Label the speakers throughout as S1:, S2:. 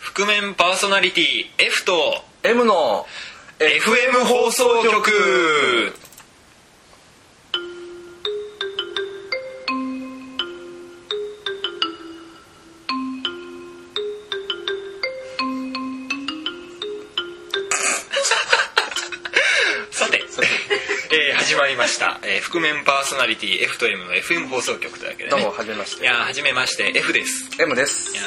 S1: 覆面パーソナリティ F と
S2: M の
S1: FM 放送局 さて、えー始まりました、えー覆面パーソナリティ F と M の FM 放送局というわけで、ね、
S2: どうもはじめまし
S1: い
S2: て
S1: やーはじめまして F です
S2: M で
S1: い
S2: す
S1: や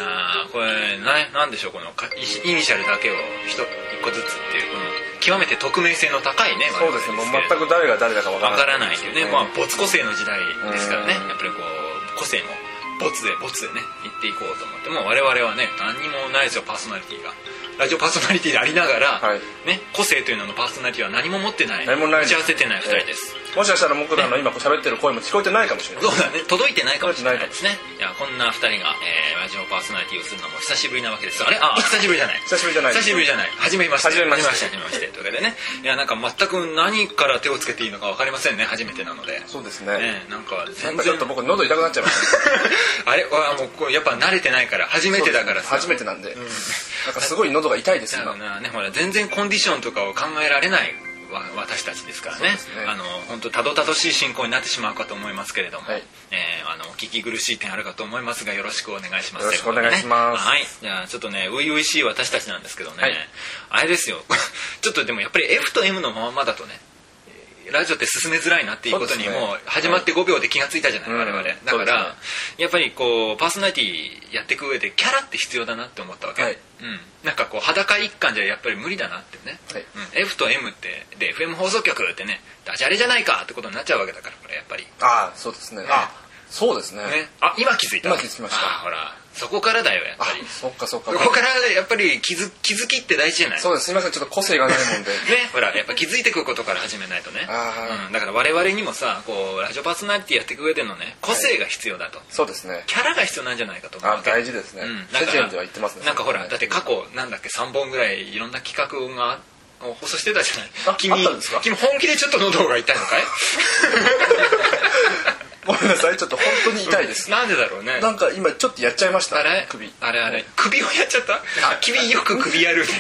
S1: ーこれななんでしょうこのかイシイニシャルだけをひと一個ずつっていうこの極めて匿名性の高いね
S2: そうですねもう
S1: 我々
S2: 全く誰が誰だかわ
S1: わ
S2: か
S1: からら
S2: な
S1: ないい
S2: で
S1: と
S2: す
S1: いう
S2: よ
S1: ね、まあ、没個性の時代ですからね
S2: うん
S1: やっぱりこう個性も没で没でね言っていこうと思ってもう我々はね何にもないですよパーソナリティがラジオパーソナリティでありながら、
S2: はい
S1: ね、個性という名のパーソナリティは何も持ってない
S2: 何もない
S1: 打ち合わせてない2人です、
S2: もしかしたら僕らの今こう喋ってる声も聞こえてないかもしれない
S1: そうだね 届いてないかもしれないですねいやこんな2人が、えーラジオパーソナリティをするのも久しぶりなわけですあれあ久しぶりじゃない
S2: 久しぶりじゃない
S1: 久しぶりじゃない初めまして
S2: 初めまして
S1: 初めまして初めましてというわけでねいやなんか全く何から手をつけていいのか分かりませんね初めてなので
S2: そうですね
S1: ねなんか
S2: なん
S1: 全
S2: かちょっ
S1: 然
S2: と僕喉痛くなっちゃいましたね
S1: あれあもうこうやっぱ慣れてないから初めてだからさ
S2: 初めてなんでなんかすごい喉が痛いです
S1: だ
S2: 今
S1: よなねほら全然コンディションとかを考えられないわ私たちですからね
S2: そうですね
S1: あの本当たどたどしい進行になってしまうかと思いますけれども、
S2: はい
S1: えーあのお聞き苦しい点あるかと思いますがよろしくお願いします
S2: よろしくお願いします
S1: はいじゃあちょっとね初々しい私たちなんですけどね、
S2: はい
S1: あれですよ ちょっとでもやっぱり F と M のままだとねラジオって進めづらいなっていうことに
S2: そうですね
S1: もう始まって5秒で気がついたじゃない、
S2: うん
S1: 我々だ
S2: そ
S1: か
S2: うですね
S1: ら、やっぱりこうパーソナリティやっていく上でキャラって必要だなって思ったわけ、
S2: はい
S1: うん、なんかこう裸一貫じゃやっぱり無理だなってね、
S2: はい
S1: うん、F と M ってで FM 放送局ってねダジャレじゃないかってことになっちゃうわけだからこれやっぱり、ね、
S2: ああそうですねあそうですね
S1: あ今気づいた
S2: 今気づきました
S1: あほらそこからだよやっ
S2: あ
S1: ぱり
S2: そっかそっか
S1: そこからやっぱり気づ気づきって大事じゃない
S2: そうですすみませんちょっと個性がないもんで
S1: ね、ほらやっぱ気づいてくることから始めないとね
S2: あ、ー
S1: うん、だから我々にもさこうラジオパーソナリティやっていく上でのね個性が必要だと、
S2: そうですね
S1: キャラが必要なんじゃないかと思うわ
S2: あ
S1: け
S2: 大事ですね
S1: うん
S2: 世間では言ってますね
S1: なんかほら
S2: はい
S1: だって過去なんだっけ3本ぐらいいろんな企画がを放送してたじゃない
S2: あ
S1: 君
S2: あったんですか
S1: 君本気でちょっと喉が痛いのかい
S2: ごめんなさいちょっと本当に 痛いで す
S1: なんでだろうね
S2: なんか今ちょっとやっちゃいました
S1: あれ
S2: 首
S1: あれあれ首をやっちゃった
S2: あ
S1: 君よく首やるね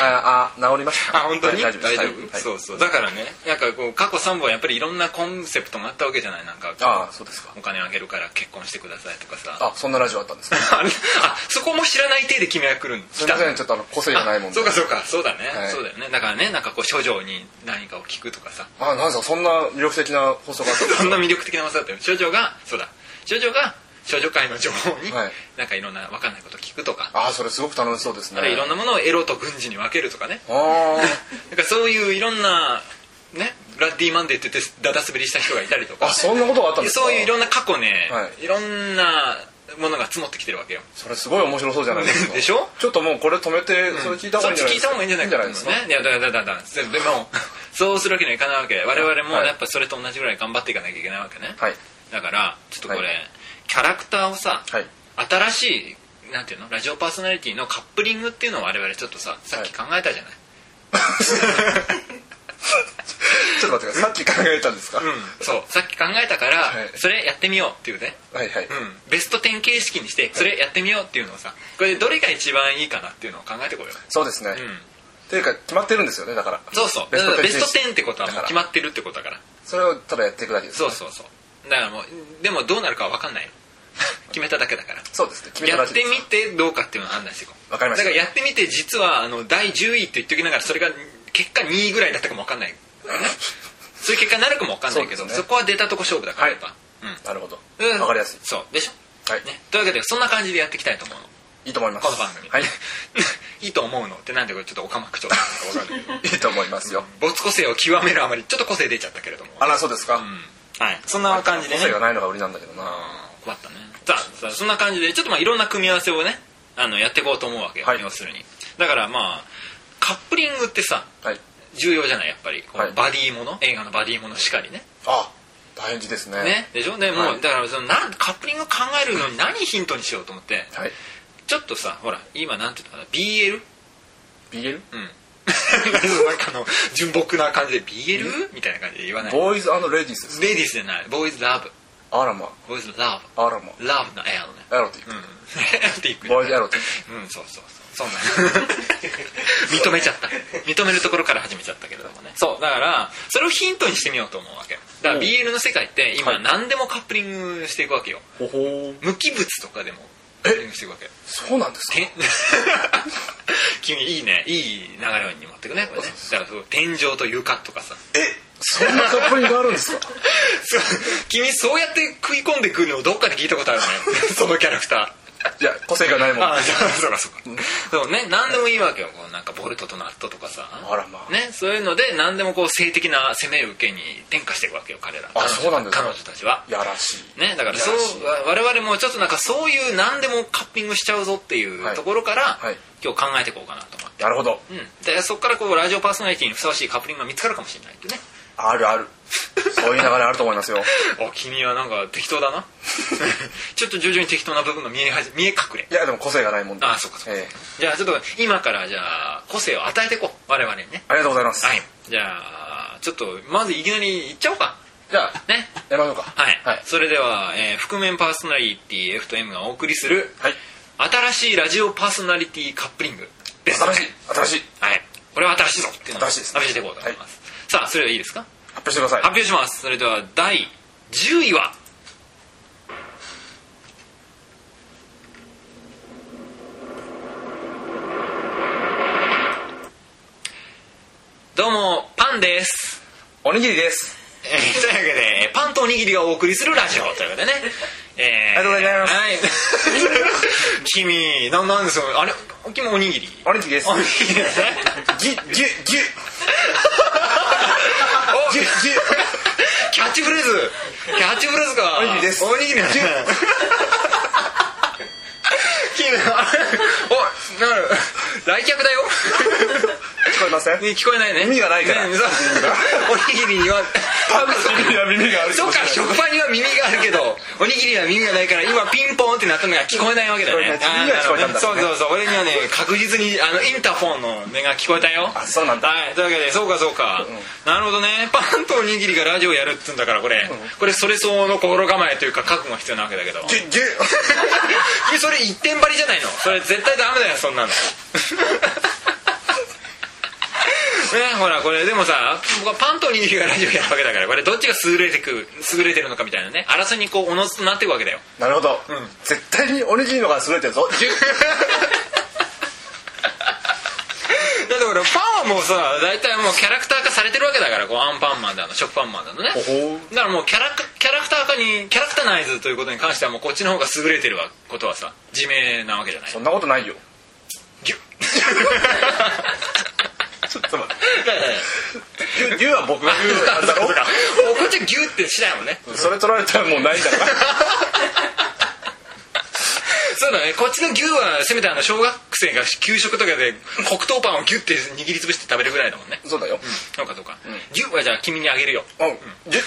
S2: ああ治りました
S1: あ本当に
S2: はい
S1: 大
S2: 大丈
S1: 丈
S2: 夫
S1: 夫
S2: ですはい
S1: そうそうだからねなんかこう過去3本やっぱりいろんなコンセプトがあったわけじゃないなんか
S2: ああそうですか
S1: お金あげるから結婚してくださいとかさ
S2: あそんなラジオあったんですか
S1: あそこも知らない体で君は来るん
S2: す
S1: 来
S2: み
S1: た
S2: ませんちょっとあの個性がないもん
S1: あ
S2: で
S1: そうかそうかそうだね、
S2: はい
S1: そうだよねだからねなんかこう処女に何かを聞くとかさ
S2: あなんですかそんな魅力的な放送があったんです
S1: そん
S2: か
S1: な魅力的な技だったよ処女がそうだ処女が処女界の情報に、
S2: はい
S1: なんかいろんな分かんないこと聞くとか
S2: あそれすごく楽しそうですね
S1: あるいはいろんなものをエロと軍事に分けるとかね
S2: あ
S1: なんかそういういろんなねラッディマンデーって言ってダダ滑りした人がいたりと
S2: ー
S1: か
S2: あそんなことがあったんですか
S1: そういういろんな過去ね、、
S2: はい
S1: ろんなものが積もってきてるわけよ
S2: それすごい面白そうじゃないですか
S1: でしょ
S2: ちょっともうこれ止めてそれ聞いた方
S1: そ
S2: がい
S1: っ
S2: い
S1: ち
S2: んじゃな
S1: 聞
S2: いで
S1: い
S2: す
S1: た
S2: か
S1: 方がいいんじゃない
S2: じ
S1: か
S2: ゃ
S1: と思
S2: ないうで
S1: んですす
S2: か
S1: ねいやだだだだででも そうするわけにはいかないわけ我々も
S2: はい
S1: やっぱそれと同じぐらい頑張っていかなきゃいけないわけね、
S2: はい
S1: だからちょっとこれ、
S2: はい
S1: キャラクターをさ、
S2: はい
S1: 新しいなんていうのラジオパーソナリティのカップリングっていうのを我々ちょっとささっき考えたじゃない、
S2: ちょっと待ってくださいさっき考えたんですか
S1: うんそうさっき考えたから、
S2: はい
S1: それやってみようっていうね
S2: はいはい
S1: うん、ベスト10形式にしてそれやってみようっていうのをさこれどれが一番いいかなっていうのを考えてこよ
S2: そうですね
S1: う、うん、
S2: っていうか決まってるんですよねだから
S1: そうそう
S2: ベ
S1: ベ
S2: ス
S1: ス
S2: ト10
S1: ト10ってことはもう決まってるってことだから
S2: それをただやっていくだけです
S1: そうそうそうだからもうでもどうなるかは分かんないよ 決めただけだから
S2: そうですね決めた
S1: やっ
S2: だけで
S1: て
S2: す
S1: みてどうかっていうのを判断していこう
S2: わかりました
S1: だからやってみて実はあの第10位って言っておきながらそれが結果2位ぐらいだったかも分かんない そういう結果になるかも分かんないけど
S2: そ
S1: そ,、
S2: うですね
S1: こは出たとこ勝負だからやっぱ、
S2: なるほど
S1: うん、うん
S2: わかりやすい
S1: そうでしょ、
S2: はい
S1: ね、というわけでそんな感じでやっていきたいと思うの
S2: いいと思います
S1: この番組
S2: はい
S1: いいと思うのってなんでこれちょっとおかまくちょっと分かんないけど
S2: いいと思いますよ
S1: 没個性を極めるあまりちょっと個性出ちゃったけれども
S2: あらそうですか
S1: うんはいそんな感じでね
S2: 個性がないのが売りなんだけどな
S1: うん困ったねさあさあそんな感じでちょっとまあいろんな組み合わせをねあのやっていこうと思うわけよ、
S2: はい
S1: 要するにだからまあカップリングってさ
S2: はい
S1: 重要じゃないやっぱりこ
S2: はいう
S1: バディもの、映画のバディものしかりね
S2: あ大事ですね
S1: ねでしょでもう、
S2: はい
S1: だからそのなんカップリング考えるのに何ヒントにしようと思って
S2: はい
S1: ちょっとさほら今なんていうのかな BL?
S2: BL?
S1: うんなんかあの純朴な感じで BL? みたいな感じで言わない
S2: ボーイズレディースです
S1: レディースじゃないボーイズラブ
S2: ああらま
S1: with love
S2: あらま
S1: love の L ね
S2: エロティ
S1: う
S2: ック
S1: ん エロティック
S2: ボーイズエロティッ
S1: うんそうそうそうそんな 認めちゃった認めるところから始めちゃったけれどもねそうだからそれをヒントにしてみようと思うわけだから
S2: うん
S1: BL の世界って
S2: は
S1: 今
S2: い
S1: 何でもカップリングしていくわけよ
S2: クほほー
S1: 無機物とかでもカップリングしていくわけ
S2: そうなんです
S1: て 君いいねいい流れに持ってくねこれねだからそう天井と床とかさ
S2: そんなカップリングがあるんですか
S1: そう君そうやって食い込んでくるのをどっかで聞いたことあるの よそのキャラクター
S2: いや個性がないもん
S1: ああ そうかそうかそうね何でもいいわけよこうなんかボルトとナットとかさ
S2: あらまあ
S1: ね、そういうので何でもこう性的な攻める受けに転化していくわけよ彼ら
S2: あそうなんですか
S1: 彼女たちは
S2: やらしい
S1: ね、だからそう
S2: いやらしい
S1: わ我々もちょっとなんかそういう何でもカッピングしちゃうぞってい
S2: は
S1: う
S2: い
S1: ところから、
S2: はい
S1: 今日考えていこうかなと思って、
S2: なるほど
S1: うん、でそこからこうラジオパーソナリティにふさわしいカップリングが見つかるかもしれないってね
S2: ある あるそういう流れあると思いますよ
S1: お君はなんか適当だな ちょっと徐々に適当な部分が見えはじ見え隠れ
S2: いやでも個性がないもんで
S1: あ
S2: あ
S1: あそうかそうか
S2: ええ
S1: じゃあちょっと今からじゃあ個性を与えていこう我々にね
S2: ありがとうございます
S1: はいじゃあちょっとまずいきなりいっちゃおうか
S2: じゃあ
S1: ね
S2: やりましょうか
S1: はい、
S2: はい
S1: それでは、えー覆面パーソナリティ F と M がお送りする
S2: はい
S1: 新しいラジオパーソナリティカップリングです
S2: 新しい新しい
S1: はいこれは新しいぞっていうのを
S2: 新しいです
S1: 発表していこうと思います、さあそれではいいですか
S2: 発表してください
S1: 発表しますそれでは第10位はどうもパンです
S2: おにぎりです
S1: えーというわけでえーパンとおにぎりがお送りするラジオというわけでね、えー
S2: ありがとうございます
S1: はい 君ななんですかあれ君おにぎり
S2: おにぎりです
S1: おにぎりですね
S2: ぎゅぎゅぎゅ
S1: お
S2: ぎゅぎゅ
S1: キャッチフレーズキャッチフレーズか
S2: おにぎりです
S1: おにぎりですね君あれおなる来客 だよ
S2: 聞こえません
S1: ね聞こえないね
S2: 耳がないから
S1: ね そうおにぎりには
S2: パンの耳は耳がある
S1: そうか
S2: 聞
S1: 食パンには耳があるけど おにぎりには耳がないから今ピンポンってなったのが聞こえないわけだよね
S2: 聞こえない耳が聞こえたんだ
S1: あーなるほどねそうそうそう俺に はね確実にあのインターフォンの音が聞こえたよ
S2: あそうなんだ
S1: はいというわけでそうかそうか、なるほどねパンとおにぎりがラジオやるっつうんだからこれ、これそれ相応の心構えというか覚悟が必要なわけだけど
S2: ぎゅ ぎゅ
S1: えそれ一点張りじゃないのそれ絶対ダメだよそんなの ねほらこれでもさ僕はパンとおにぎりがラジオやるわけだからこれどっちが優れてく優れてるのかみたいなね争いにこうおのずとなっていくわけだよ
S2: なるほど絶対におにぎりの方が優れてるぞぎゅ
S1: だってほらパンはもうさ大体もうキャラクター化されてるわけだからこうアンパンマンだの食パンマンだのね
S2: ほほー
S1: だからもうキャラクキャラクター化にキャラクターナイズということに関してはもうこっちの方が優れてるわことはさ自明なわけじゃない
S2: そんなこと ないよ
S1: ギュッ
S2: ちょっと待ってぎゅぎゅ は僕が言う なんだろう
S1: もうこっちはギュッてしないもんね
S2: それ取られたらもうないんだから
S1: そうだねこっちの牛はせめてあの小学生が給食とかで黒糖パンをギュッて握りつぶして食べるぐらいだもんね
S2: そうだよ
S1: そうかそうか、牛はじゃあ君にあげるよ
S2: うんぎゅ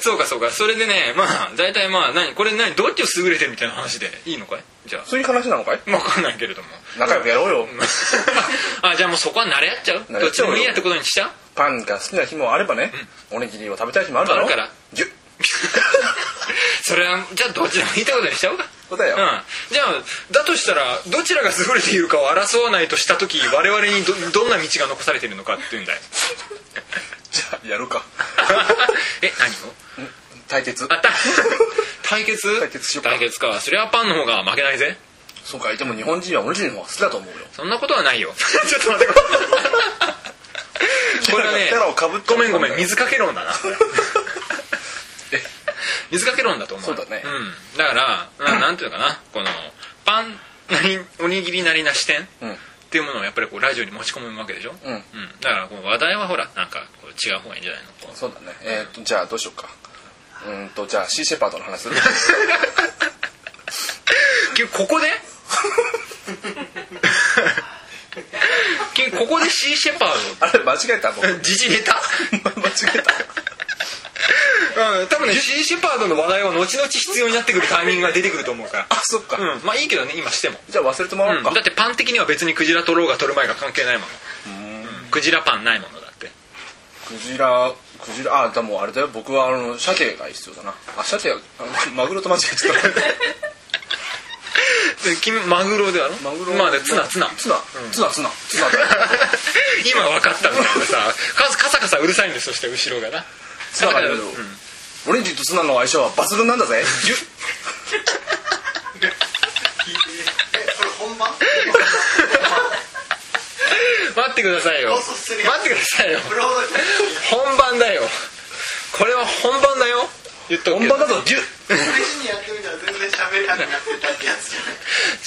S1: そうかそうかそれでねまあ大体まあ何これ何どっちを優れてるみたいな話でいいのかいじゃあ
S2: そういう話なのかい
S1: 分かんないけれども
S2: 仲良くやろうよ
S1: あじゃあもうそこは慣れ合っちゃう
S2: 慣れ
S1: ど
S2: 合
S1: っ
S2: っ
S1: ち
S2: ちゃ
S1: で
S2: う
S1: も
S2: よ
S1: いいやってことにしちゃう
S2: パンが好きな日もあればねおにぎりを食べたい日もあるだろ
S1: あるから
S2: ぎゅ
S1: それはじゃあどっちでもいいってことにしちゃおうか
S2: そうだ
S1: うん
S2: よ、
S1: じゃあだとしたらどちらが優れているかを争わないとした時我々にどどんな道が残されているのかっていうん だよ
S2: じゃあやるか
S1: え何を
S2: 対決
S1: あた対決
S2: 対決しようか
S1: 決かそりゃパンの方が負けないぜ
S2: そうかでも日本人はおにぎりの方が好きだと思うよ
S1: そんなことはない よちょっと待ってこれはね
S2: キャラをかぶって
S1: ごめんごめん水かけ論だな 水かけ論だと思う
S2: そうだね
S1: うん、だから、うん、なんていうのかなこのパンなりおにぎりなりな視点、
S2: うん
S1: っていうものをやっぱりこうラジオに持ち込むわけでしょ、
S2: うん
S1: だからこう話題はほらなんかこう違う方がいいんじゃないのこう
S2: そうだねえーとじゃあどうしようかうーんとじゃあシーシェパード の話する
S1: 君ここで君ここでシーシェパー
S2: あれ間違えた僕 間違
S1: ド時事ネタ
S2: え
S1: うん、多分ねシーシェパードの話題は後々必要になってくるタイミングが出てくると思うから
S2: たあそっか
S1: うんまあいいけどね今しても、
S2: じゃあ忘れてもらおう
S1: だ
S2: か
S1: ってパン的には別にクジラ取ろうが取る前が関係ないもの、うんクジラパンないものだって
S2: クジラクジラあでもあれだよ僕はあの鮭が必要だなあ鮭はあのマグロと間違えちゃった
S1: で君マグロではの
S2: マグロ
S1: まあでツナツナ
S2: ツナツナツナツナだよ
S1: 今分かったみたいなさカサカサカサうるさいんですそして後ろがな
S2: ツナだよ
S1: うん
S2: オレンジとツナの相性は抜群なんだぜギュッ
S3: それ本番
S1: 待ってくださいよ
S3: 放
S1: 待
S3: 送するよ
S1: ってくださいよ
S3: ブロードキャス
S1: 本番だよこれは本番だよ 言っとく
S2: 本
S1: けど
S2: 場だとギュッ
S3: ト試しにやってみたら全然喋れなくなってたってやつ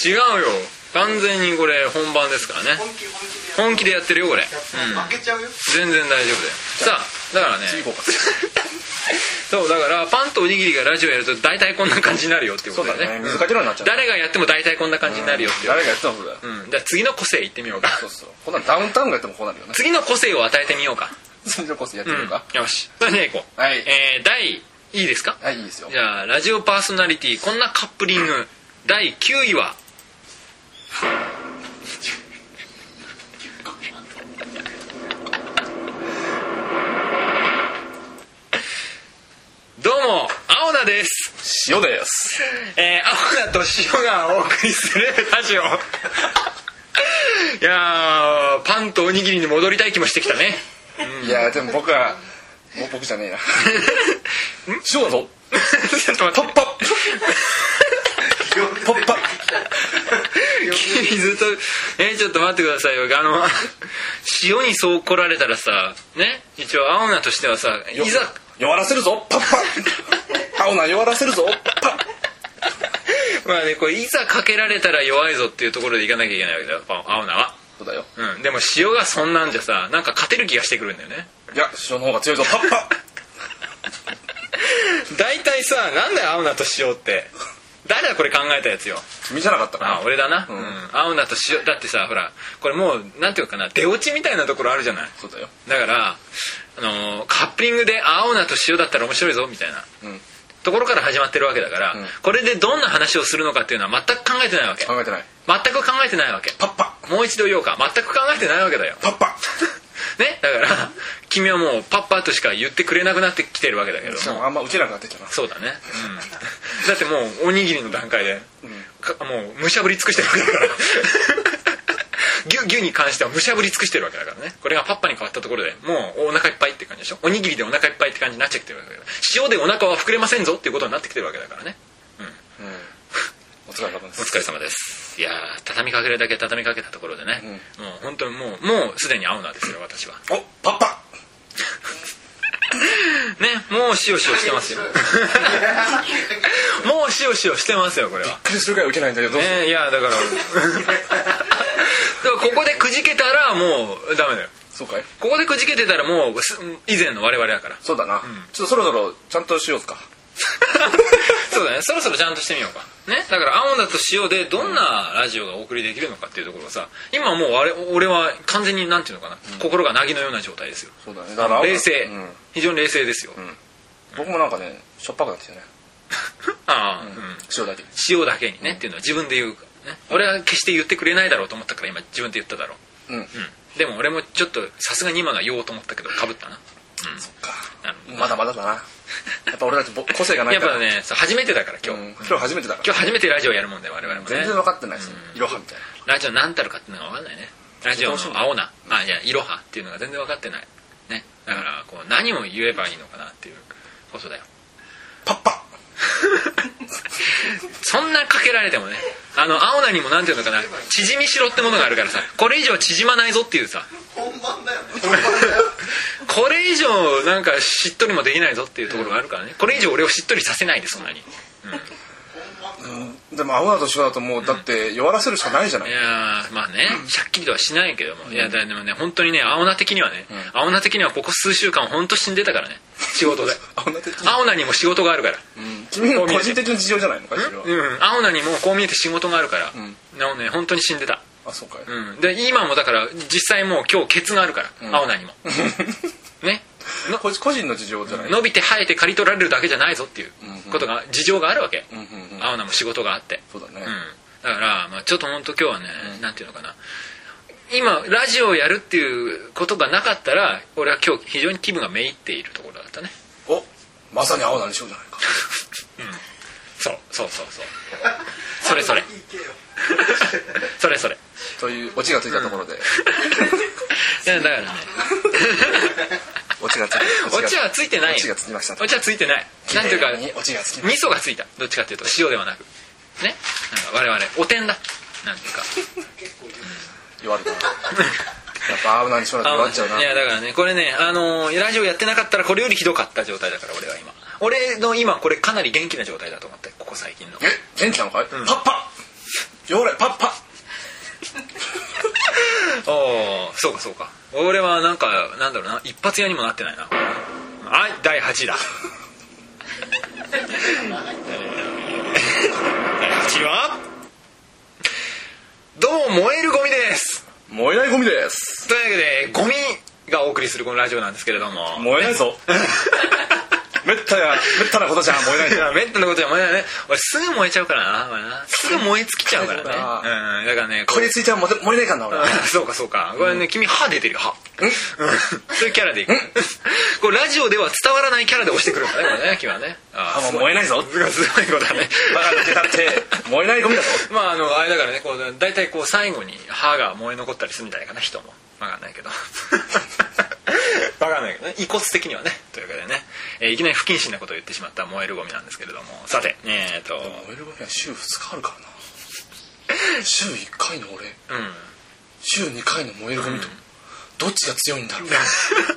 S3: じゃない
S1: 違うよ完全にこれ本番ですからね
S3: 本気本気でやる
S1: 本気でやってるよこれ
S3: やっぱ負けちゃうよ
S1: 全然大丈夫だよさあだからね
S2: 次行こうか
S1: そうだからパンとおにぎりがラジオやると大体こんな感じになるよっていうこ
S2: そう
S1: とだ
S2: だね
S1: よね
S2: 水かけるようになっちゃった
S1: 誰がやっても大体こんな感じになるよっていう
S2: 誰がやってたのそれだよ
S1: うんじゃあ次の個性いってみようか
S2: そうそうこんなんダウンタウンがやってもこうなるよね
S1: 次の個性を与えてみようか
S2: それこそやってみようか
S1: うんよしそれではいこう
S2: はい
S1: えー第いいですか
S2: はいいいですよ
S1: じゃあラジオパーソナリティこんなカップリング第9位は どうも青菜です、
S2: 塩です
S1: えー、青菜と塩がお送りするラジオいやーパンとおにぎりに戻りたい気もしてきたね
S2: いやでも僕はもう僕じゃねえな 塩だぞ
S1: ちょっと待
S2: ポ
S1: っ
S2: ッパポッ パ
S1: て君ずっとえちょっと待ってくださいよあの塩にそう来られたらさね一応青菜としてはさいざ
S2: 弱らせるぞパッパ青な弱らせるぞパッ
S1: まあねこれいざかけられたら弱いぞっていうところでいかなきゃいけないわけだよやっぱ青菜は、
S2: そうだよ
S1: うん、でも塩がそんなんじゃさなんか勝てる気がしてくるんだよね
S2: いや塩の方が強いぞパッパ
S1: 大体さなんだよ青菜と塩って誰だこれ考えたやつよ
S2: 君じゃなかったかな
S1: あ俺だな、う
S2: うんん
S1: 青菜と塩だってさほらこれもうなんていうかな出落ちみたいなところあるじゃない
S2: そうだよ
S1: だから、あのーカップリングで青菜と塩だったら面白いぞみたいな
S2: うん
S1: ところから始まってるわけだから、
S2: ん
S1: これでどんな話をするのかっていうのは全く考えてないわけ
S2: 考えてない
S1: 全く考えてないわけ
S2: パッパ
S1: もう一度言おうか全く考えてないわけだよ
S2: パッパ
S1: ねだから君はもうパッパとしか言ってくれなくなってきてるわけだけど
S2: しか
S1: も
S2: もあんま受けなくなってきたな
S1: そうだね、うん、だってもうおにぎりの段階で、かもうむしゃぶり尽くしてるわけだからぎゅぎゅに関してはむしゃぶり尽くしてるわけだからねこれがパッパに変わったところでもうお腹いっぱいって感じでしょおにぎりでお腹いっぱいって感じになっちゃってるわけだから塩でお腹は膨れませんぞっていうことになってきてるわけだからね
S2: お疲れ様で
S1: お
S2: す
S1: 疲れ様ですいやー畳みかけるだけ畳みかけたところでね、もう本当にもうもうすでに青なんですよ私は
S2: おパッパ
S1: ねもう塩塩してますよもう塩塩してますよこれは
S2: びっくりするぐらい受けないんだけどどうする
S1: ねいやだから だからここでくじけたらもうダメだよ
S2: そうかい
S1: ここでくじけてたらもうす以前の我々だから
S2: そうだなちょっとそろそろちゃんとしようか
S1: そうだねそろそろちゃんとしてみようかねだから青菜と塩でどんなラジオがお送りできるのかっていうところをさ今もうあれ俺は完全になんていうのかな、心がなぎのような状態ですよ
S2: そうだねだから
S1: 冷静、
S2: うん
S1: 非常に冷静ですよ、
S2: 僕もなんかねしょっぱくなってきたね
S1: ああ、うん
S2: 塩だけ
S1: 塩だけにね、っていうのは自分で言うからね俺は決して言ってくれないだろうと思ったから今自分で言っただろう
S2: うん
S1: うんでも俺もちょっとさすがに今のは言おうと思ったけどかぶったななるほど
S2: まだまだだなやっぱ俺たち ぼ個性がない
S1: やっ
S2: から
S1: ぱねそう初めてだから今
S2: う
S1: 日、
S2: ん今日初めてだから
S1: 今日初めてラジオやるもんで我々もね
S2: 全然分かってないですよいろはみたいな
S1: ラジオ何たるかっていうのが分かんないねラジオの
S2: どうしよう
S1: 青なあいやいろはっていうのが全然分かってないねだからこう何を言えばいいのかなっていうこと だよ
S2: パッパ
S1: そんなかけられてもねあの青菜にもなんていうのかな縮みしろってものがあるからさこれ以上縮まないぞっていうさ
S3: 本番だよね本番だよ
S1: これ以上なんかしっとりもできないぞっていうところがあるからねこれ以上俺をしっとりさせないでそんなに
S2: でも青菜と塩だともうだって弱らせるしかないじゃないい
S1: やーまあ ねしゃっきりとはしないけども、いやだでもね本当にね青菜的にはね、青菜的にはここ数週間本当死んでた からね仕事で
S2: 青菜的
S1: 青菜にも仕事があるから
S2: 君の個人的な事情じゃないのかそれは
S1: うん青菜にもこう見えて仕事があるから、なおね本当に死んでた、
S2: あそうかい
S1: うん、で今もだから実際もう今日ケツがあるから、青菜にもねの
S2: 個人個人の事情じゃない
S1: 伸びて生えて刈り取られるだけじゃないぞっていうことが事情があるわけ、
S2: うんうんうん
S1: 青菜も仕事があって
S2: そうだね
S1: うん、だから、まあ、ちょっと本当今日はね、なんていうのかな今ラジオをやるっていうことがなかったら俺は今日非常に気分がめいっているところだったね
S2: おまさに青なにしようじゃないか
S1: そうそうそうそうそれそれ
S3: 行けよ
S1: それそれ
S2: というオチがついたとこ ろで、
S1: いやだ からね
S2: オチがついた
S1: オチはついてないよ
S2: オチがつきました
S1: オチはついてないなんていうか
S2: 綺麗にオチがつきま
S1: 味噌がついたどっちかっていうと塩ではなくねなんか我々お天だなんていうか
S2: 言われたなやっぱ青なにしようなんて言われちゃうない
S1: やだからねこれねあのーラジオやってなかったらこれよりひどかった状態だから俺は今俺の今これかなり元気な状態だと思ってここ最近の
S2: え元気なのかい、パッパよれパッパ
S1: おおそうかそうか俺はなんかなんだろうな一発屋にもなってないなはい第8位だ第8位はどうも燃えるゴミです
S2: 燃えないゴミです
S1: というわけでゴミがお送りするこのラジオなんですけれども
S2: 燃えないぞめったやめったなことじゃん燃えない
S1: いやめったなことじゃ燃えないね俺すぐ燃えちゃうから な俺なすぐ燃え尽きちゃうからね
S2: そう
S1: うんだからね
S2: これについては燃え燃えないかんな俺
S1: そうかそうかこれね君歯出てるよ歯うんそういうキャラでいくこれラジオでは伝わらないキャラで押してくるんだ ねこれね君はねあ
S2: あもう燃えないぞ
S1: すごいすごいことだね
S2: バカ抜けたって燃えないゴミだぞ
S1: まああのあれだからねこう大体こう最後に歯が燃え残ったりするんじゃないかな人も わかんないけどわかんないけどね遺骨的にはねというわけでね、えーいきなり不謹慎なことを言ってしまった燃えるゴミなんですけれどもさてえっと
S2: 燃えるゴミは週2日あるからな週1回の俺
S1: うん
S2: 週2回の燃えるゴミと、どっちが強いんだろう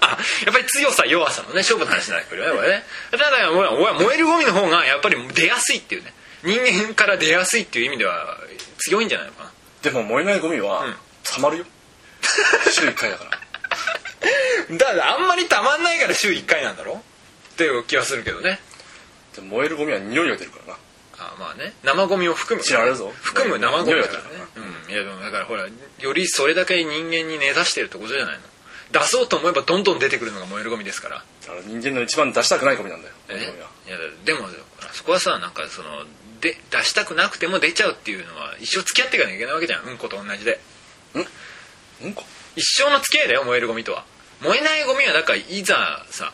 S1: あやっぱり強さ弱さのね勝負の話になってくるよねこれねただほらほら燃えるゴミの方がやっぱり出やすいっていうね人間から出やすいっていう意味では強いんじゃないのかな
S2: でも燃えないゴミは
S1: ん
S2: たまるよ週1回だから
S1: だからあんまりたまんないから週1回なんだろっていう気はするけどね
S2: でも燃えるゴミは匂いが出るからな
S1: あまあね生ゴミを含む
S2: 知られるぞ
S1: 含む生ゴミだからね
S2: 匂いが
S1: うんいやでもだからほらよりそれだけ人間に根ざしてるってことじゃないの出そうと思えばどんどん出てくるのが燃えるゴミですから
S2: だから人間の一番出したくないゴミなんだよ
S1: え
S2: 燃えるゴミはい
S1: やでもそこはさなんかそので出したくなくても出ちゃうっていうのは一生付き合っていかなきゃいけないわけじゃんうんこと同じで
S2: うんこ
S1: 一生の付き合いだよ燃えるゴミとは燃えないゴミはなんかいざさ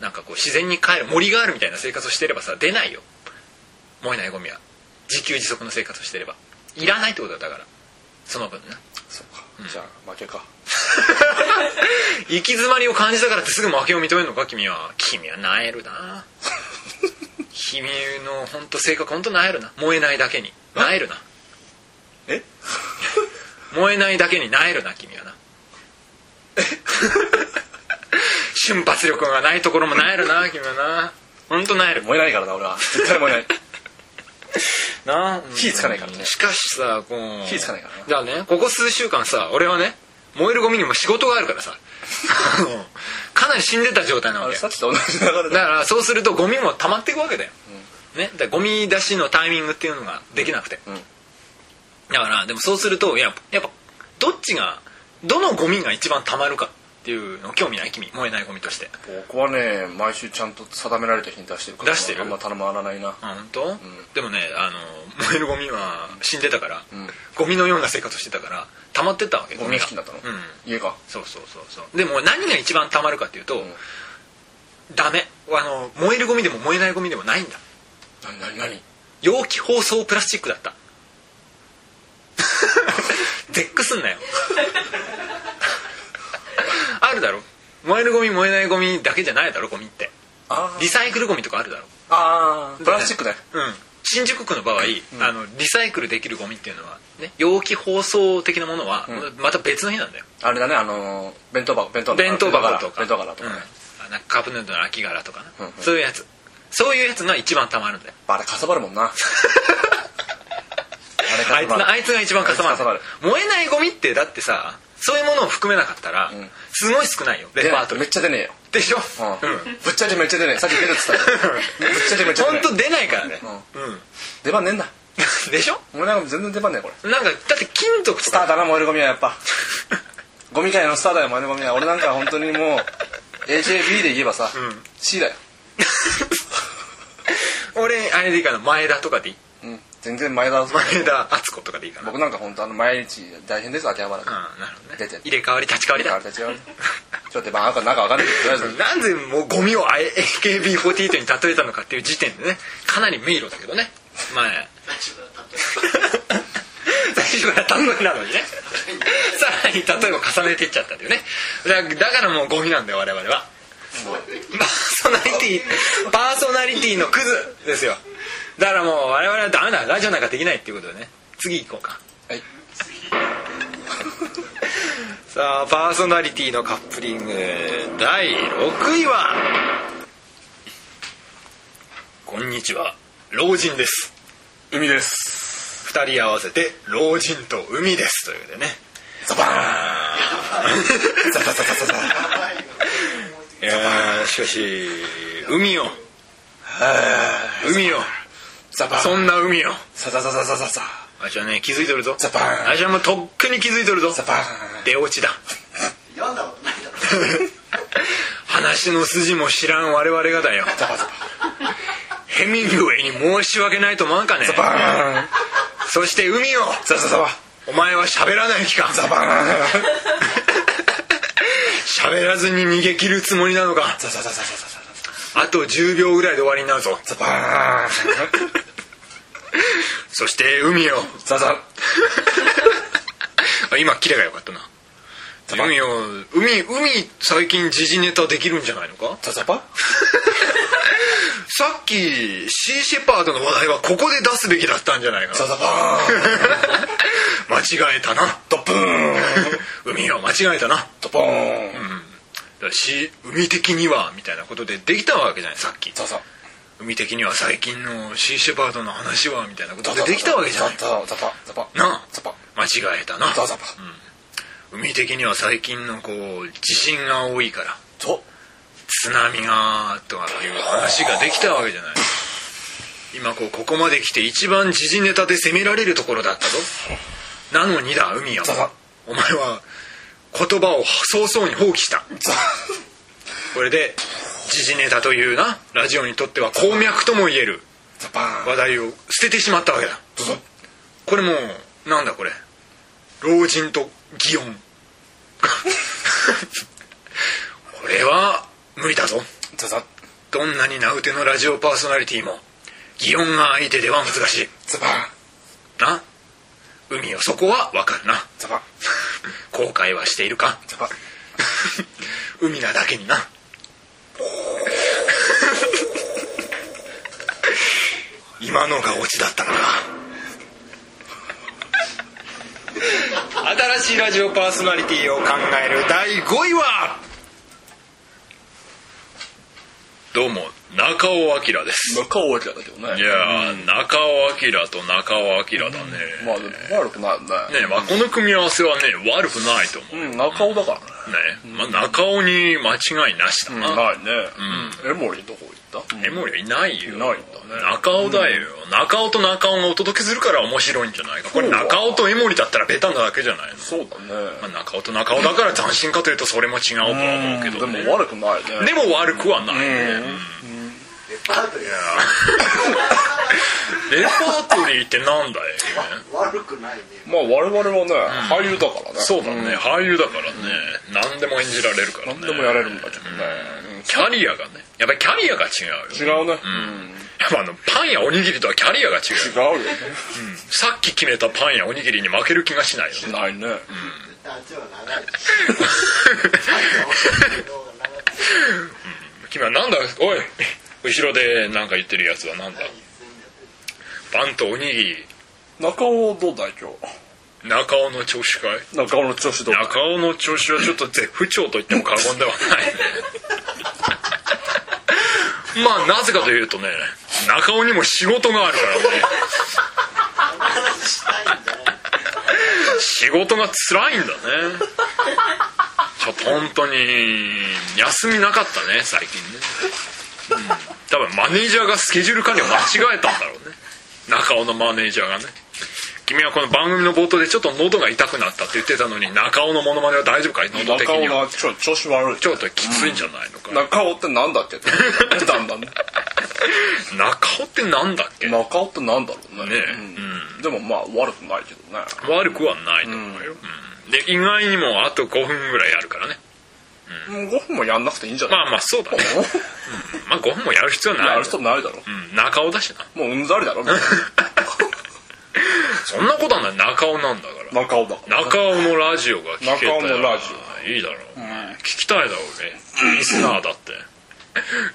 S1: なんかこう自然に帰る森があるみたいな生活をしてればさ出ないよ燃えないゴミは自給自足の生活をしてればいらないってことだだからその分な
S2: そうか、じゃあ負けか
S1: 行き詰まりを感じたからってすぐ負けを認めるのか君は君はなえるな君の本当性格本当なえるな燃えないだけになえるな
S2: え
S1: 燃えないだけになえるな君はな瞬発力がないところもなえるな君はな本当なえる
S2: 燃えないからな俺は絶対燃えない
S1: な
S2: 火つかないからね
S1: しかしさこう
S2: 火つかないからな
S1: だからねここ数週間さ俺はね燃えるゴミにも仕事がある からさあのかなり死んでた状態な
S2: あ
S1: わけ
S2: れ
S1: よ
S2: さっきと同じ流れ
S1: だ
S2: だ
S1: からそうするとゴミも溜まっていくわけだよ、ね、だからゴミ出しのタイミングっていうのができなくて、
S2: うんうん
S1: だからでもそうするとやっぱやっぱどっちがどのゴミが一番溜まるかっていうの興味ない君燃えないゴミとして
S2: 僕はね毎週ちゃんと定められた日に出してるから
S1: 出してる
S2: あんま頼まらないな
S1: あ本当、でもねあの燃えるゴミは死んでたから、
S2: ん
S1: ゴミのような生活してたから溜まってったわけ
S2: ゴミ好きになったの、
S1: うん
S2: 家か
S1: そうそうそうそうでも何が一番溜まるかっていうと、
S2: ん
S1: ダメあの燃えるゴミでも燃えないゴミでもないんだ
S2: 何何何
S1: 容器包装プラスチックだった 絶句すんなよあるだろ燃えるゴミ燃えないゴミだけじゃないだろゴミって
S2: あー
S1: リサイクルゴミとかあるだろ
S2: あープラスチックだよ
S1: うん新宿区の場合、あのリサイクルできるゴミっていうのは、ね、容器包装的なものは、また別の日なんだよ
S2: あれだねあのー弁当箱弁当
S1: 弁当箱とか
S2: 弁当柄とかね、
S1: うんあなんかカップヌードルの空き殻とかな、
S2: うんうん
S1: そういうやつそういうやつが一番たまるんだよ
S2: あれかさばるも んなあれ
S1: あ
S2: か
S1: いつ
S2: さばる
S1: があいつが一番かさば
S2: あいつかさば
S1: る
S2: る
S1: 燃えないゴミってだってさそういうものを含めなかったら、
S2: ん
S1: すごい少ないよ
S2: 出
S1: レパ
S2: ない
S1: ートリ
S2: めっ
S1: ー
S2: ちゃ出ねえよ、
S1: でしょ、
S2: う
S1: うん
S2: んぶっちゃけめっちゃ出ねえさっき出るっつ ったよぶっちゃけめっちゃ出
S1: 本
S2: ねえ
S1: 当出ないからね、うん
S2: 出番ねえんだ
S1: でしょ
S2: 俺なんか全然出番ねえこれ
S1: なんかだって金属
S2: ス
S1: と
S2: タ
S1: か
S2: ーだな燃えるゴミはやっぱゴミ界のスターだよ燃えるゴミは俺なんか本当にもう AJB で言えばさ、C だよ
S1: 俺あれでいいかな前田とかでいい、
S2: うん全然前田敦子
S1: 前田敦子とかでいいかな
S2: 僕なんか本当あの毎日大変です秋葉原で
S1: ああなるほどね
S2: 出てる
S1: 入れ替わり立ち替わりだ
S2: あれたちはちょっとまあなんかなんかわかんないけどとりあえず
S1: なんでもうゴミをあえ AKB48 に例えたのかっていう時点でねかなり迷路だけどね前
S3: 最初から立
S1: 最初から例えなのにねさらに例えば重ねていっちゃったんだよねだだからもうゴミなんだよ我々はパーソナリティパーソナリティのクズですよだからもう我々はダメだラジオなんかできないっていうことでね次行こうか
S2: はい
S1: さあパーソナリティのカップリング第6位はこんにちは老人です
S2: 海です
S1: 2人合わせて老人と海ですということでね
S2: ザバーンザザザザザザ
S3: やばいよ
S1: いやーしかし海よ海よ
S2: ザバーン
S1: そんな海よ
S2: ザザザザザザザ
S1: あいつはね気づいとるぞ
S2: ザバーン
S1: あいつはもうとっくに気づいとるぞ
S2: ザバーン
S1: 出落ちだ
S3: 読んだことないだろ
S1: 話の筋も知らん我々がだよ
S2: ザバザ
S1: ヘミングウェイに申し訳ないと思わんかね
S2: ババーン
S1: そして海よ
S2: ザザザバ
S1: お前は喋らない気か
S2: ザバーン
S1: 喋らずに逃げ切るつもりなのか
S2: ザザザザザザ
S1: あと10秒ぐらいで終わりになるぞ
S2: ザザバーン
S1: そして海よ
S2: ザザ
S1: あ今キレが良かったな
S2: バ
S1: 海よ海海最近時事ネタできるんじゃないのか
S2: ザザバ
S1: さっきシーシェパードの話題はここで出すべきだったんじゃないか
S2: ザザバーン
S1: な 間違えたな
S2: ドブーン
S1: 海よ間違えたなだか
S2: ドボーン
S1: らし海的にはみたいなことでできたわけじゃないさっき
S2: ザザ
S1: 海的には最近のシーシェパードの話はみたいなことでできたわけじゃない
S2: ザザザバザバ
S1: なあ
S2: ザバ
S1: 間違えたな
S2: ザザバ
S1: 海的には最近のこう地震が多いから
S2: ゾ
S1: 津波がとかいう話ができたわけじゃない今こうここまで来て一番時事ネタで責められるところだったぞなのにだ海や
S2: ザザ
S1: お前は言葉を早々に放棄した
S2: ザ
S1: これで時事ネタというなラジオにとっては鉱脈とも言える
S2: ザバーン
S1: 話題を捨ててしまったわけだ
S2: ザザ
S1: これもうなんだこれ老人と祇園 これは無理だぞ
S2: ザザ
S1: どんなに名うてのラジオパーソナリティも擬音が相手では難しい
S2: ザバーン
S1: な海よそこはわかるな
S2: ザバ
S1: 後悔はしているか
S2: ザバ
S1: 海なだけにな 今のがオチだったのか新しいラジオパーソナリティを考える第5位はどうも中尾明です
S2: 中尾明だけどね
S1: いやー、中尾明と中尾明だね。
S2: まあでも悪くないよね
S1: ねまあ、この組み合わせはね、悪くないと思
S2: うん中尾だからね
S1: うね。まあ、中尾に間違いなしだ
S2: うん
S1: な。
S2: ないね江森どこ行った
S1: エモリはいないよ。
S2: いないんだね
S1: 中尾だよ、中尾と中尾がお届けするから面白いんじゃないか。これ
S2: そうだ
S1: 中尾とエモリだったらベタなだけじゃないの。
S2: そうだ
S1: まあ
S2: ね、
S1: 中尾と中尾だから斬新かというとそれも違うとは思うけど、ね
S2: でも悪くないね
S1: でも悪くはないね。
S3: デパートや
S1: レパートリーってなん だよ。
S3: 悪くないね
S2: まあ我々はね、俳優だからね
S1: そうだね、俳優だからね何でも演じられるからね
S2: 何でもやれるんだけどね、
S1: キャリアがねやっぱりキャリアが違うよ
S2: 違うね、
S1: やっぱあのパンやおにぎりとはキャリアが違う よ
S2: 違うよね
S1: さっき決めたパンやおにぎりに負ける気がしないよね
S2: ないね、
S3: 絶対あっちは長いし動画長い
S1: 君はなんだおい後ろで何か言ってるやつはなんだパンとおにぎり
S2: 中尾どうだい今
S1: 中尾の調子かい
S2: 日中尾の調子どうだい
S1: 中尾の調子はちょっと絶不調と言っても過言ではないまあなぜかというとね中尾にも仕事があるからね
S3: したいんだよ
S1: 仕事が辛いんだねちょっと本当に休みなかったね最近ね、うん、多分マネージャーがスケジュール管理を間違えたんだろうね中尾のマネージャーがね君はこの番組の冒頭でちょっと喉が痛くなったって言ってたのに中尾のモノマネは大丈夫かい喉的
S2: 中尾
S1: には
S2: がちょ調子悪い
S1: ちょっときついんじゃないのか、
S2: 中尾ってなんだっけって言ったんだね
S1: 中尾ってなんだっけ、
S2: 中尾ってなんだろう
S1: ね
S2: ねうんでもまあ悪くないけどね
S1: 悪くはないと思うよ、うんで意外にもあと5分ぐらいあるからね
S2: もう5分もやんなくていいんじゃない
S1: まあまあそうだね、まあ5分もやる必要はない
S2: や
S1: よ
S2: る人ないだろ
S1: うん中尾だしな
S2: もううんざり だろみんな
S1: そんなことはない中尾なんだから
S2: 中尾だから
S1: 中尾のラジオが聞けたら
S2: 中尾のラジ
S1: いいだろう、聞きたいだろうねリスナーだって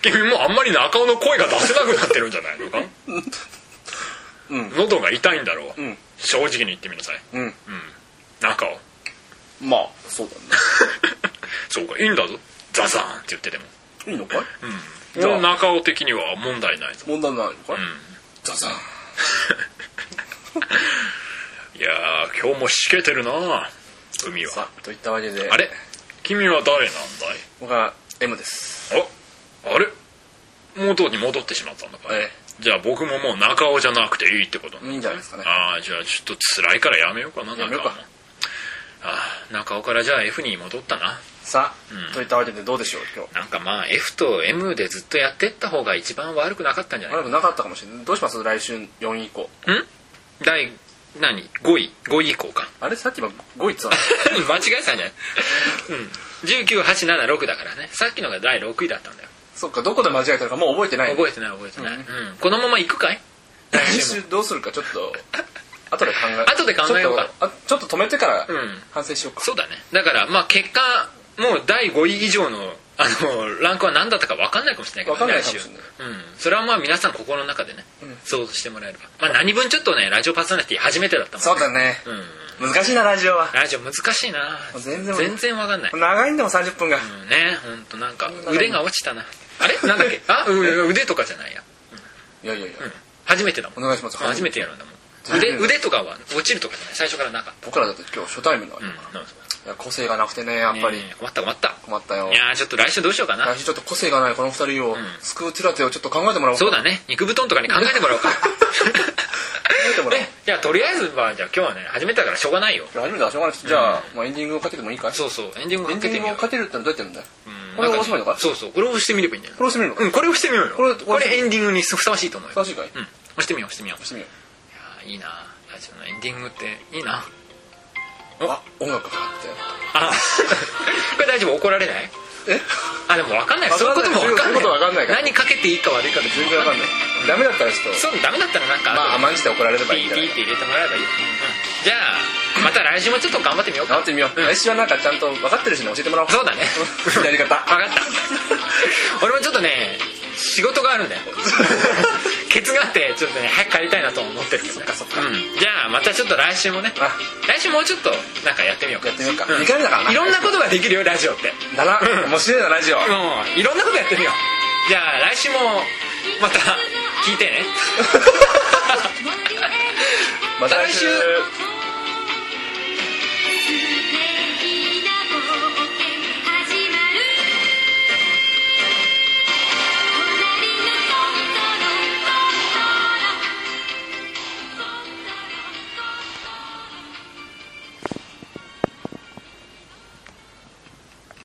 S1: 君もうあんまり中尾の声が出せなくなってるんじゃないのか、喉が痛いんだろう、
S2: ん
S1: 正直に言ってみなさい
S2: うん
S1: 中尾
S2: まあそうだ
S1: そうかいいんだぞザザーンって言ってても
S2: ねいいのかいじ
S1: この
S2: ゃあ
S1: 中尾的には問題ないぞ
S2: 問題ないのかいザザン
S1: いやー今日もしけてるな海は
S2: さあといったわけで
S1: あれ君は誰なん
S2: 僕は M です
S1: だいああれ元に戻ってしまったんだから、
S2: え
S1: じゃあ僕ももう中尾じゃなくていいってこと
S2: えいいんじゃないですかね
S1: ああじゃあちょっと辛いからやめようかな
S2: や
S1: 中
S2: めよ
S1: 尾も
S2: うか
S1: ああ中尾からじゃあ F に戻ったな
S2: さあといったわけでどうでしょう今日
S1: なんかまあ F と M でずっとやってった方が一番悪くなかったんじゃない
S2: 悪くなかったかもしれないどうします来週4位以降
S1: 第何5位5位以降 か
S2: あれさっき今5位っつうの
S1: 間違えたんじゃない、うん、19876だからねさっきのが第6位だったんだよ
S2: そっかどこで間違えたのかもう覚えてない
S1: 覚えてない覚えてない、うんこのまま行くかい
S2: 来週どうするかちょっと後で考え
S1: 後で考えようか
S2: ちょっとあちょっと止めてから
S1: ん
S2: 反省しようか、
S1: そうだねだからまあ結果もう第5位以上のあのランクは何だったか分かんないかもしれないけど、ね、
S2: 分かんないかもしれない
S1: 来週うん、それはまあ皆さん心の中でね、想像してもらえれば、まあ、何分ちょっとねラジオパーソナリティ初めてだったもん
S2: そうだね、
S1: うん、
S2: 難しいなラジオは
S1: ラジオ難しいな
S2: 全然
S1: 全然分かんない
S2: 長いんでも30分が、
S1: うんね本当なんか腕が落ちたなあれなんだっ けあう腕とかじゃないや
S2: いやいやいや、
S1: 初めてだもん
S2: お願いします
S1: 初めてやるんだもん腕腕とかは落ちるとかじゃない最初からなんか
S2: 僕らだって今日初対面だか
S1: う
S2: ら、
S1: ん
S2: い
S1: なんかそう
S2: や個性がなくてねやっぱり
S1: ねえ困った困った
S2: 困ったよ、
S1: いやーちょっと来週どうしようかな
S2: 来週ちょっと個性がないこの二人を救う手立てをちょっと考えてもらおう
S1: そう
S2: だ
S1: だね肉布団とかに考えてもらおうか
S2: 考えてもらおう
S1: ねじゃあとりあ えずはじゃあ今日はね始めたからしょうがないよ
S2: 初めてはしょうがないですじゃあ,、まあエンディングをかけてもいいかい
S1: そうそうエンディング
S2: エ
S1: か
S2: ンデ
S1: け
S2: ィ
S1: て
S2: ン
S1: み
S2: グを
S1: よう
S2: かけるってのはどうやってやるんだよ、
S1: うん
S2: これを押せばいいのか
S1: そうそうこれを押してみればいいんじゃない
S2: これ押してみるのか、
S1: うんこれを押してみようよ
S2: これ
S1: これエンディングにふさわしいと思うよ
S2: 正しいかい、
S1: うん
S2: 押
S1: 押してみよう押してみよう
S2: してみよ
S1: いやーいいなラジオのエンディングっていいな
S2: うあ音楽かかって
S1: あ これ大丈夫怒られない
S2: え
S1: あでも分かんない
S2: わ
S1: そういう
S2: か
S1: ん
S2: な
S1: ことも分
S2: い
S1: かんない
S2: そういうことわかんないから
S1: 何かけていいか悪いかって
S2: 全然わかんないダメだったらちょっと
S1: そうダメだったらなんか
S2: まあ甘んじて怒られれば
S1: ピ
S2: いいん
S1: ー
S2: じゃ
S1: ピ
S2: ない
S1: ーって入れてもらえばいいよ、うんじゃあまた来週もちょっと頑張ってみようか
S2: 頑張ってみよう、
S1: ん
S2: 来週はなんかちゃんと分かってる人に教えてもらおう
S1: そうだね
S2: やり方
S1: 分かった俺もちょっとね仕事があ るんだよケツがあってちょっとね早く帰りたいなと思ってるけど、ね、そっか
S2: そっか
S1: うん、じゃあまたちょっと来週もね
S2: あ
S1: 来週もうちょっとなんかやってみようか
S2: やってみようか、
S1: うん
S2: 2回目だからない
S1: ろんなことができるよラジオって
S2: だな
S1: うん
S2: 面白いなラジオ
S1: うんいろんなことやってみようじゃあ来週もまた聞いてね
S2: また
S1: また
S2: 来
S1: 来週
S2: 週